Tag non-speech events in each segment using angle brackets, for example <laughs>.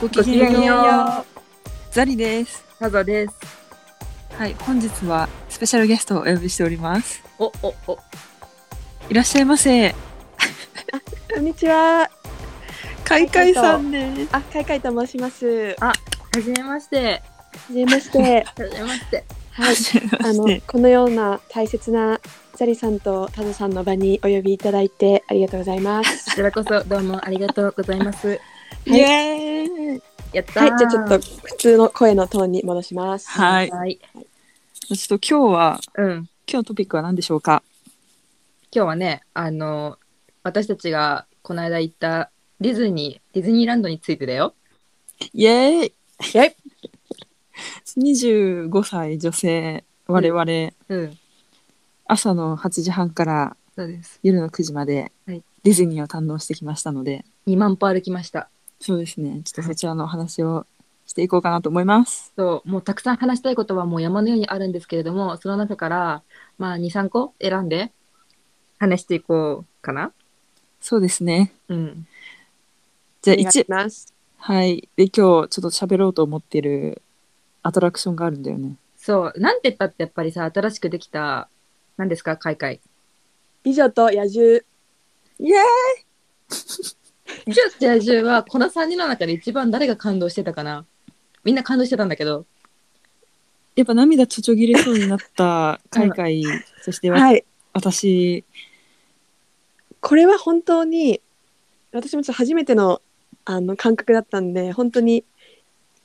ごごききげげんんよよう。う。ザリです。さぞです。はい、本日はスペシャルゲストをお呼びしております。おおお。いらっしゃいませ。こんにちは。カイカイさんです。あ、かいかいと申します。ははじめまして。じめま <laughs> して。はじめまして。はい。あの、このような大切なザリさんとタドさんの場にお呼びいただいてありがとうございます。こちらこそどうもありがとうございます。イエーイ。やったー。はい、じゃあちょっと普通の声のトーンに戻します。はい。はい。ちょっと今日はうん。今今日のトピックは何でしょうか。日はね、あの私たちがこの間行ったディズニーディズニーランドについてだよ。イエーイ。イエ二十五歳女性我々、うん。朝の八時半からそうです。夜の九時まではいディズニーを堪能してきましたので、 2万歩歩きました。そうですね。ちょっとそちらのお話をしていこうかなと思います。そう、もうたくさん話したいことはもう山のようにあるんですけれども、その中からまあ2、3個選んで話していこうかな。そうですね。うん。じゃあお願い一します。はい。で、今日ちょっと喋ろうと思ってるアトラクションがあるんだよね。そう、なんて言ったってやっぱりさ、新しくできた、何ですか、開会。美女と野獣。イエーイジュッジャジュは、この3人の中で一番誰が感動してたかなみんな感動してたんだけど、やっぱ涙ちょちょぎれそうになった海外、そしてわ、はい。私、これは本当に私もちょっと初めてのあの感覚だったんで本当に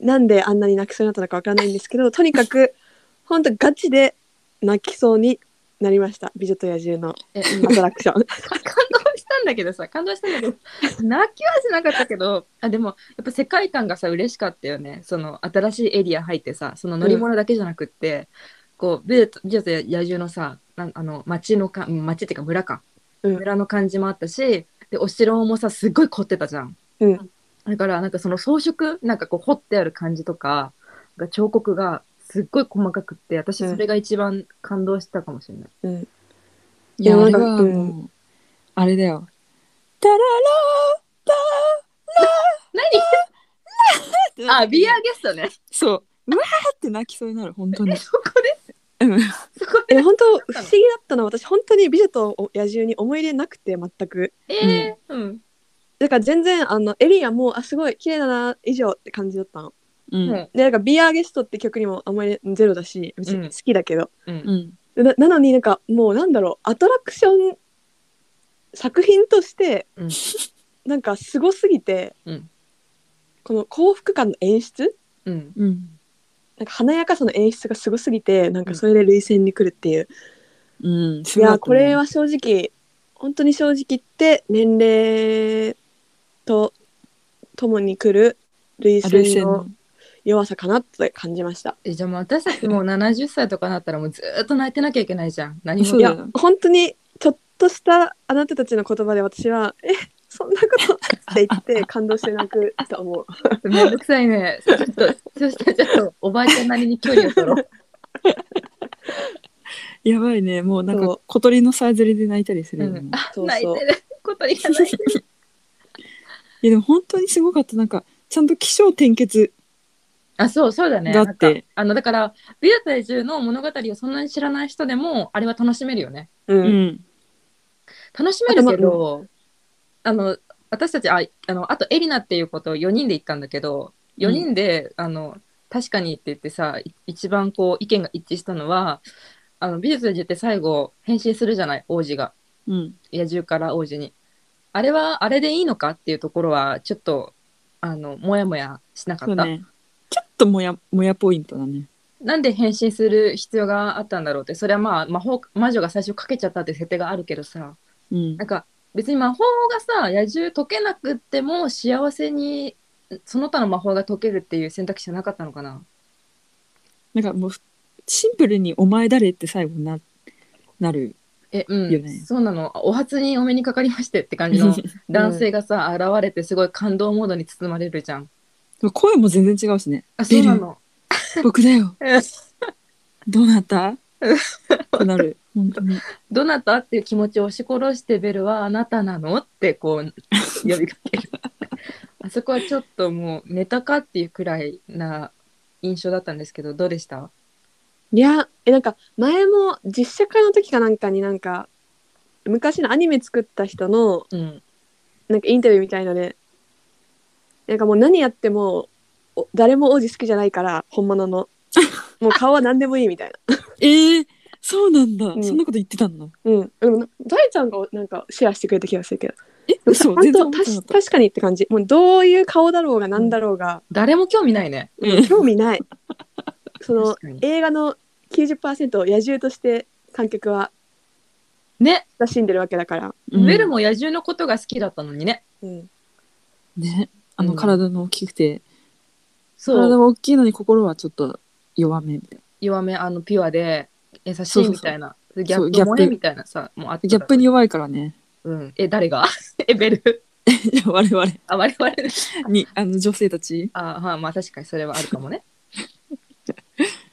なんであんなに泣きそうになったのかわからないんですけどとにかく本当ガチで泣きそうになりました「美女と野獣」のえ、アトラクション感動したんだけどさ、感動したんだけど、泣きはしなかったけど、あでも、やっぱ世界観がさ、嬉しかったよね。その、新しいエリア入ってさ、その乗り物だけじゃなくって、こう、美女と美女と野獣のさ、なんあの、町のか、うん町っていうか村か。うん村の感じもあったし、で、お城もさ、すっごい凝ってたじゃん。うんだからなんかその装飾なんかこう彫ってある感じとかが彫刻がすっごい細かくって私うんそれが一番感動したかもしれない。うんいや、あいやなんれかはもう、あれだよ。タララー何あビアーーゲストね。そう。うわーって泣きそうになる、本当に。そこでうんそこえで本当不思議だったのは私本当に「美女と野獣」に思い出なくて全くえー、うん、だから全然あのエリアもあすごい綺麗だな以上って感じだったのうん。もでなんか「ビアーゲスト」って曲にもあんまりゼロだし別に好きだけど、う、う、うんん。ななのになんかもうなんだろうアトラクション作品として、うんなんかすごすぎて、うんこの幸福感の演出うん、うん。なんか華やかさの演出がすごすぎてなんかそれで涙腺に来るっていう、うん。いやこれは、は正直本当に正直言って年齢とともに来る涙あれ腺の弱さかなって感じました。えじゃあもう私たちもう70歳とかなったらもうずーっと泣いてなきゃいけないじゃん何そもういだやよ本当にちょっとしたあなたたちの言葉で私は「えそんなこと」って言 <laughs> って感動して泣くと思う。めんどくさいねちょっ <laughs> とそしたらちょっとおばあちゃんなりに距離を取ろうやばいね。もうなんそかう小鳥のさえずりで泣いたりするよね。うんいそう泣いそうてることにが <laughs> ないやでも本当にすごかった。なんかちゃんと起承転結。あそうそうだね。だってなんかあのだから「美女と野獣」の物語をそんなに知らない人でもあれは楽しめるよね。ううんん。楽しめるけどあの私たちああのあとエリナっていうことを4人で行ったんだけど4人で、あの確かにって言ってさい一番こう意見が一致したのはあの美女と野獣って最後変身するじゃない王子がうん。野獣から王子に。あれはあれでいいのかっていうところはちょっとあのモヤモヤしなかそうった。ね。ちょっともやもやポイントだね。なんで変身する必要があったんだろうってそれはまあ魔法魔女が最初かけちゃったって設定があるけどさうんな。んか別に魔法がさ野獣解けなくっても幸せにその他の魔法が解けるっていう選択肢はなかったのかななんかもうシンプルにお前誰って最後ななる。えうん、いいよねそうなのお初にお目にかかりましてって感じの男性がさ、現れてすごい感動モードに包まれるじゃん <laughs> 声も全然違うしね。あそうなの僕だよ。うんどうなった？ってなる。本当に。どなたっていう <laughs> 気持ちを押し殺してベルはあなたなのってこう呼びかけるあそこはちょっともうネタかっていうくらいな印象だったんですけどどうでしたいやえなんか前も実写化の時かなんかになんか昔のアニメ作った人のうんなんかインタビューみたいのでなんかもう何やってもお誰も王子好きじゃないから本 <laughs> 物のもう顔は何でもいいみたいなえー、そうなんだ、うんそんなこと言ってたんだうんでもな大ちゃんがなんかシェアしてくれた気がするけどえ嘘本全然思当ってなか確った確かにって感じもうどういう顔だろうが何だろ <laughs> うが、誰も興味ないねうん興味ないその確かに映画の90%を野獣として観客はね、親しんでるわけだから、ウェルも野獣のことが好きだったのにねうん、ねあうのん体の大きくて、そ体うは大きいのに心はちょっと弱めみたい弱めあのピュアで優しそいうそうそうみたいなギャそうップ萌ギャッえプみたいなさもうあったなギャップに弱いからね <laughs> うん、え誰が <laughs> えベル <laughs> 我々あ我々にあの女性たちあはあまあ確かにそれはあるかも <laughs> ね。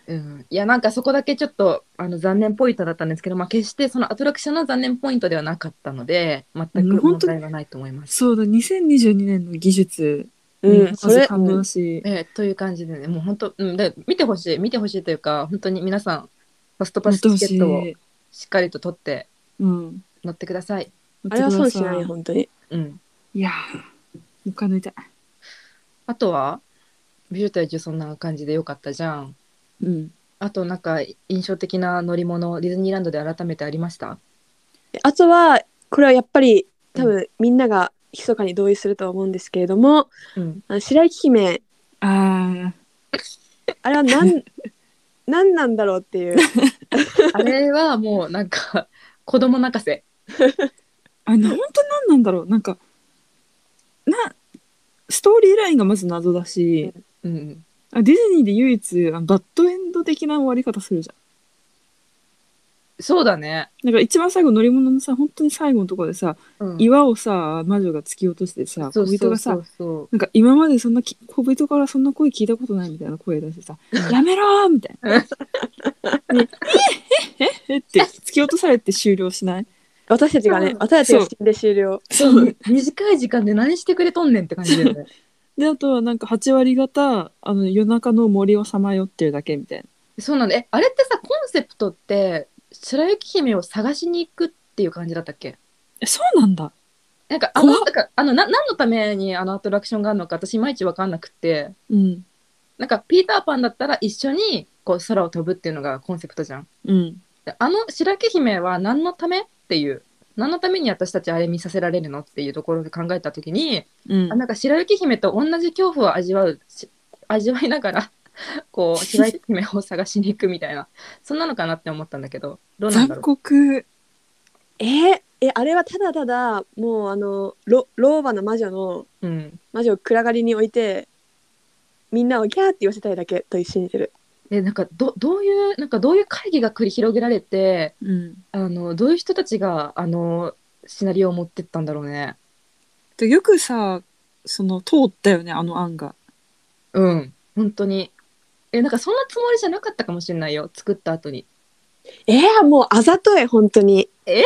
うん、いやなんかそこだけちょっとあの残念ポイントだったんですけど、まあ、決してそのアトラクションの残念ポイントではなかったので全うんく本問当に題はないと思います。そうだ2022年の技術うんまずそれ、感動うだんし、えーという感じでねもう本当、うん、で見てほしい見てほしいというか本当に皆さんファストパ乗っスてほチしケットをいしっかりと取ってうん乗ってください。乗あれはってくだ損さしないよ本当にうん、いやーもう一回抜いたいあとは「美女と野獣」そんな感じでよかったじゃん。うんあとなんか印象的な乗り物ディズニーランドで改めてありましたあとはこれはやっぱり多分みんなが密かに同意すると思うんですけれどもうん、あの白雪姫ああれ <laughs> は何何なんだろうっていうあれはもうなんか <laughs> 子供泣かせ。あれ本当何なんだろうなんかなストーリーラインがまず謎だし、うん、あディズニーで唯一あのバッドエンド的な終わり方するじゃんそうだね。だから一番最後乗り物のさ本当に最後のところでさ、うん、岩をさ魔女が突き落としてさそう小そう人がそさうそう。なんか今までそんなき小人からそんな声聞いたことないみたいな声出してさ「やめろ!」みたいな。ね、ええええって突き落とされて終了しない私たちがそねう私たちが死んで終了そう短い時間で何してくれとんねんって感じだよ <laughs> ね。であとはなんか8割方あの夜中の森をさまよってるだけみたいなそうなんだ。え、あれってさ、コンセプトって白雪姫を探しに行くっていう感じだったっけ？えそうなんだなんかあの怖っなんかあのな何のためにあのアトラクションがあるのか私いまいちわかんなくて、うんなんかピーターパンだったら一緒にこう空を飛ぶっていうのがコンセプトじゃん。うんであの白雪姫は何のためっていう何のために私たちあれ見させられるのっていうところで考えた時に、うんあなんか白雪姫と同じ恐怖を味わうし味わいながら <laughs> こう白雪姫を探しに行くみたいなそんなのかなって思ったんだけどどうなんだ残ろ酷えーえあれはただただもうあのロ老婆の魔女のう、うん、魔女を暗がりに置いてみんなをギャーって寄せたいだけと信じてるでなんかどどういうなんかどういう会議が繰り広げられてうんあのどういう人たちがあのシナリオを持ってったんだろうねでよくさその通ったよねあの案がうん本当にえなんかそんなつもりじゃなかったかもしれないよ作った後にえー、もうあざとい本当に <laughs> え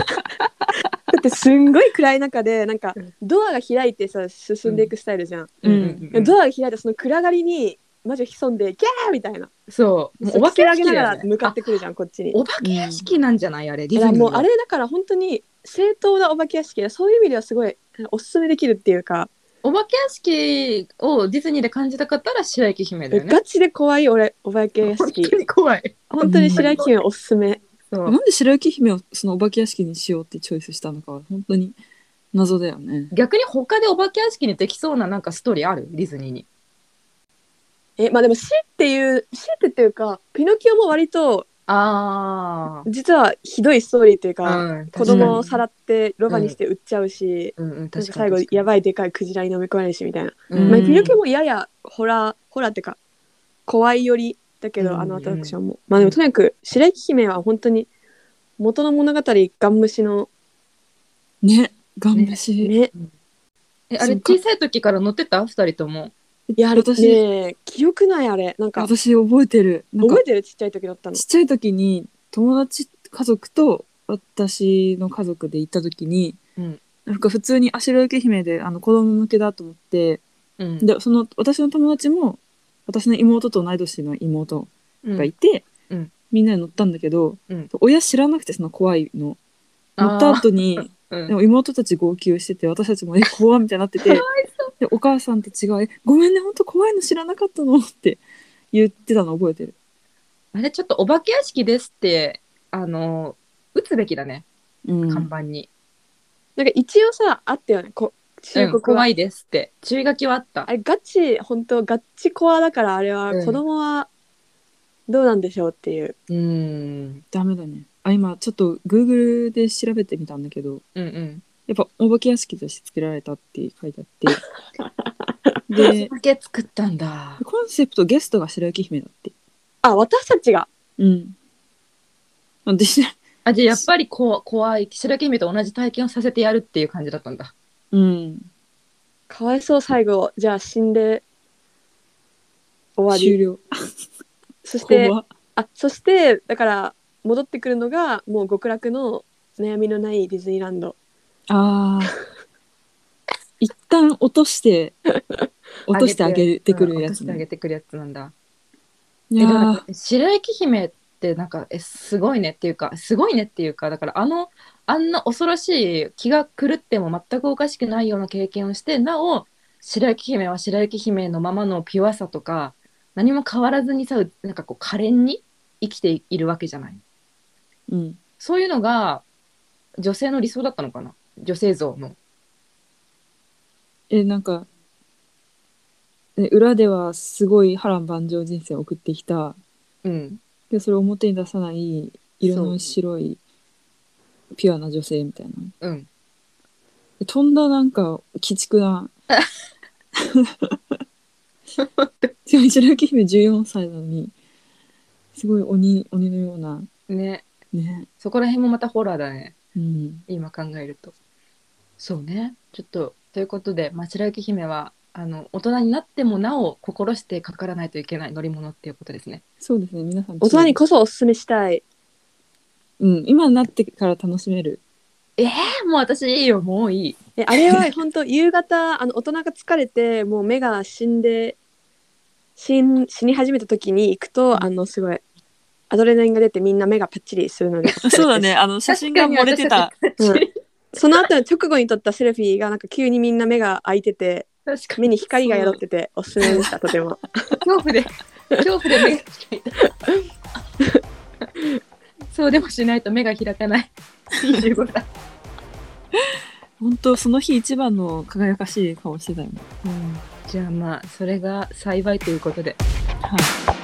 だってすんごい暗い中でなんかうんドアが開いてさ進んでいくスタイルじゃん、うんドアが開いたその暗がりに魔女潜んでギャーみたいなそうもうお化けあ屋げ敷だながよらね向かってくるじゃんこっちにお化け屋敷なんじゃないあれディズニーもうのあれだから本当に正当なお化け屋敷でそういう意味ではすごいおすすめできるっていうか、お化け屋敷をディズニーで感じたかったら白雪姫だよねガ。チで怖いおれお化け屋敷に怖い。本当に白雪姫おすすめそうなんで白雪姫をそのお化け屋敷にしようってチョイスしたのかは本当に謎だよね逆に他でお化け屋敷にできそうななんかストーリーあるディズニーに。えまあでも死っていう死ってっていうかピノキオも割とあ実はひどいストーリーというか、あ。うん。子供をさらってロバにして売っちゃうし、うんうんなん確かか最に。後やばいでかいクジラに飲み込まれるしみたいな、うんまあ、ピノキオもややホラーホラーっていうか怖いよりだけうど、んあのアトラクションも、まあでもとにかく白雪姫は本当に元の物語ガン虫のねガン虫、ねえあそれっか小さい時から乗ってた二人とも。いやあれ私ね記憶ないあれなんか私覚えてるなんか覚えてるちっちゃい時だったのちっちゃい時に友達家族と私の家族で行った時に、うんなんか普通に「あしろゆき姫で」あの子供向けだと思ってうんでその私の友達も私の妹と同い年の妹うんがいて、うんみんなで乗ったんだけど、うん親知らなくてその怖いの乗った後にうんでも妹たち号泣してて私たちも「え怖っ」みたいになっててでお母さんたちが「えごめんね本当怖いの知らなかったの」って言ってたの覚えてる。あれちょっとお化け屋敷ですってあの打つべきだねうん看板に、なんか一応さあったよねこう忠ん告は、怖いですって注意書きはあったあれガチ本当ガチコアだからあれはうん子供はどうなんでしょうっていう、うんダメだね。あ今ちょっと Google で調べてみたんだけどうんうんやっぱお化け屋敷として作られたって書いてあってでお化け作ったんだコンセプトゲストが白雪姫だって。あ私たちがうん。私、あじゃあやっぱりこわ怖い白雪姫と同じ体験をさせてやるっていう感じだったんだうん。かわいそう最後じゃあ死んで終わ終り了。そして怖っあそしてだから戻ってくるのがもう極楽の悩みのないディズニーランドああ。一旦落として、落としてあげてくるやつうん落としてあげね。てくるやつなんだいえやでもなんーか白雪姫ってなんかえすごいねっていうかすごいねっていうかだからあのあんな恐ろしい気が狂っても全くおかしくないような経験をしてなお白雪姫は白雪姫のままのピュアさとか何も変わらずにさなんかこう可憐に生きているわけじゃないうん。そういうのが女性の理想だったのかな女性像のえ、なんか、ね裏ではすごい波乱万丈人生を送ってきた。うんで、それを表に出さない、色の白い、ピュアな女性みたいな。うんで飛んだなんか、鬼畜な。でも白雪姫14歳なのに、すごい鬼、鬼のような、ねね。そこら辺もまたホラーだねうん。今考えるとそうねちょっとということで、まあ、白雪姫はあの大人になってもなお心してかからないといけない乗り物っていうことですねそうですね、皆さん。大人にこそおすすめしたいうん、今になってから楽しめる。えー、もう私いいよもういいえあれは本当夕方あの大人が疲れてもう目が死んで死ん死に始めた時に行くとあのすごいアドレナリンが出てみんな目がパッチリするのであ <laughs> の、 <laughs> 確かに私たちその後の直後に撮ったセルフィーがなんか急にみんな目が開いてて確かに目に光が宿ってておすすめでしたとても恐怖で恐怖で目が開いたそうでもしないと目が開か <laughs> ない25歳、本当その日一番の輝かしい顔してたよね。うん、じゃあまあそれが幸いということではい。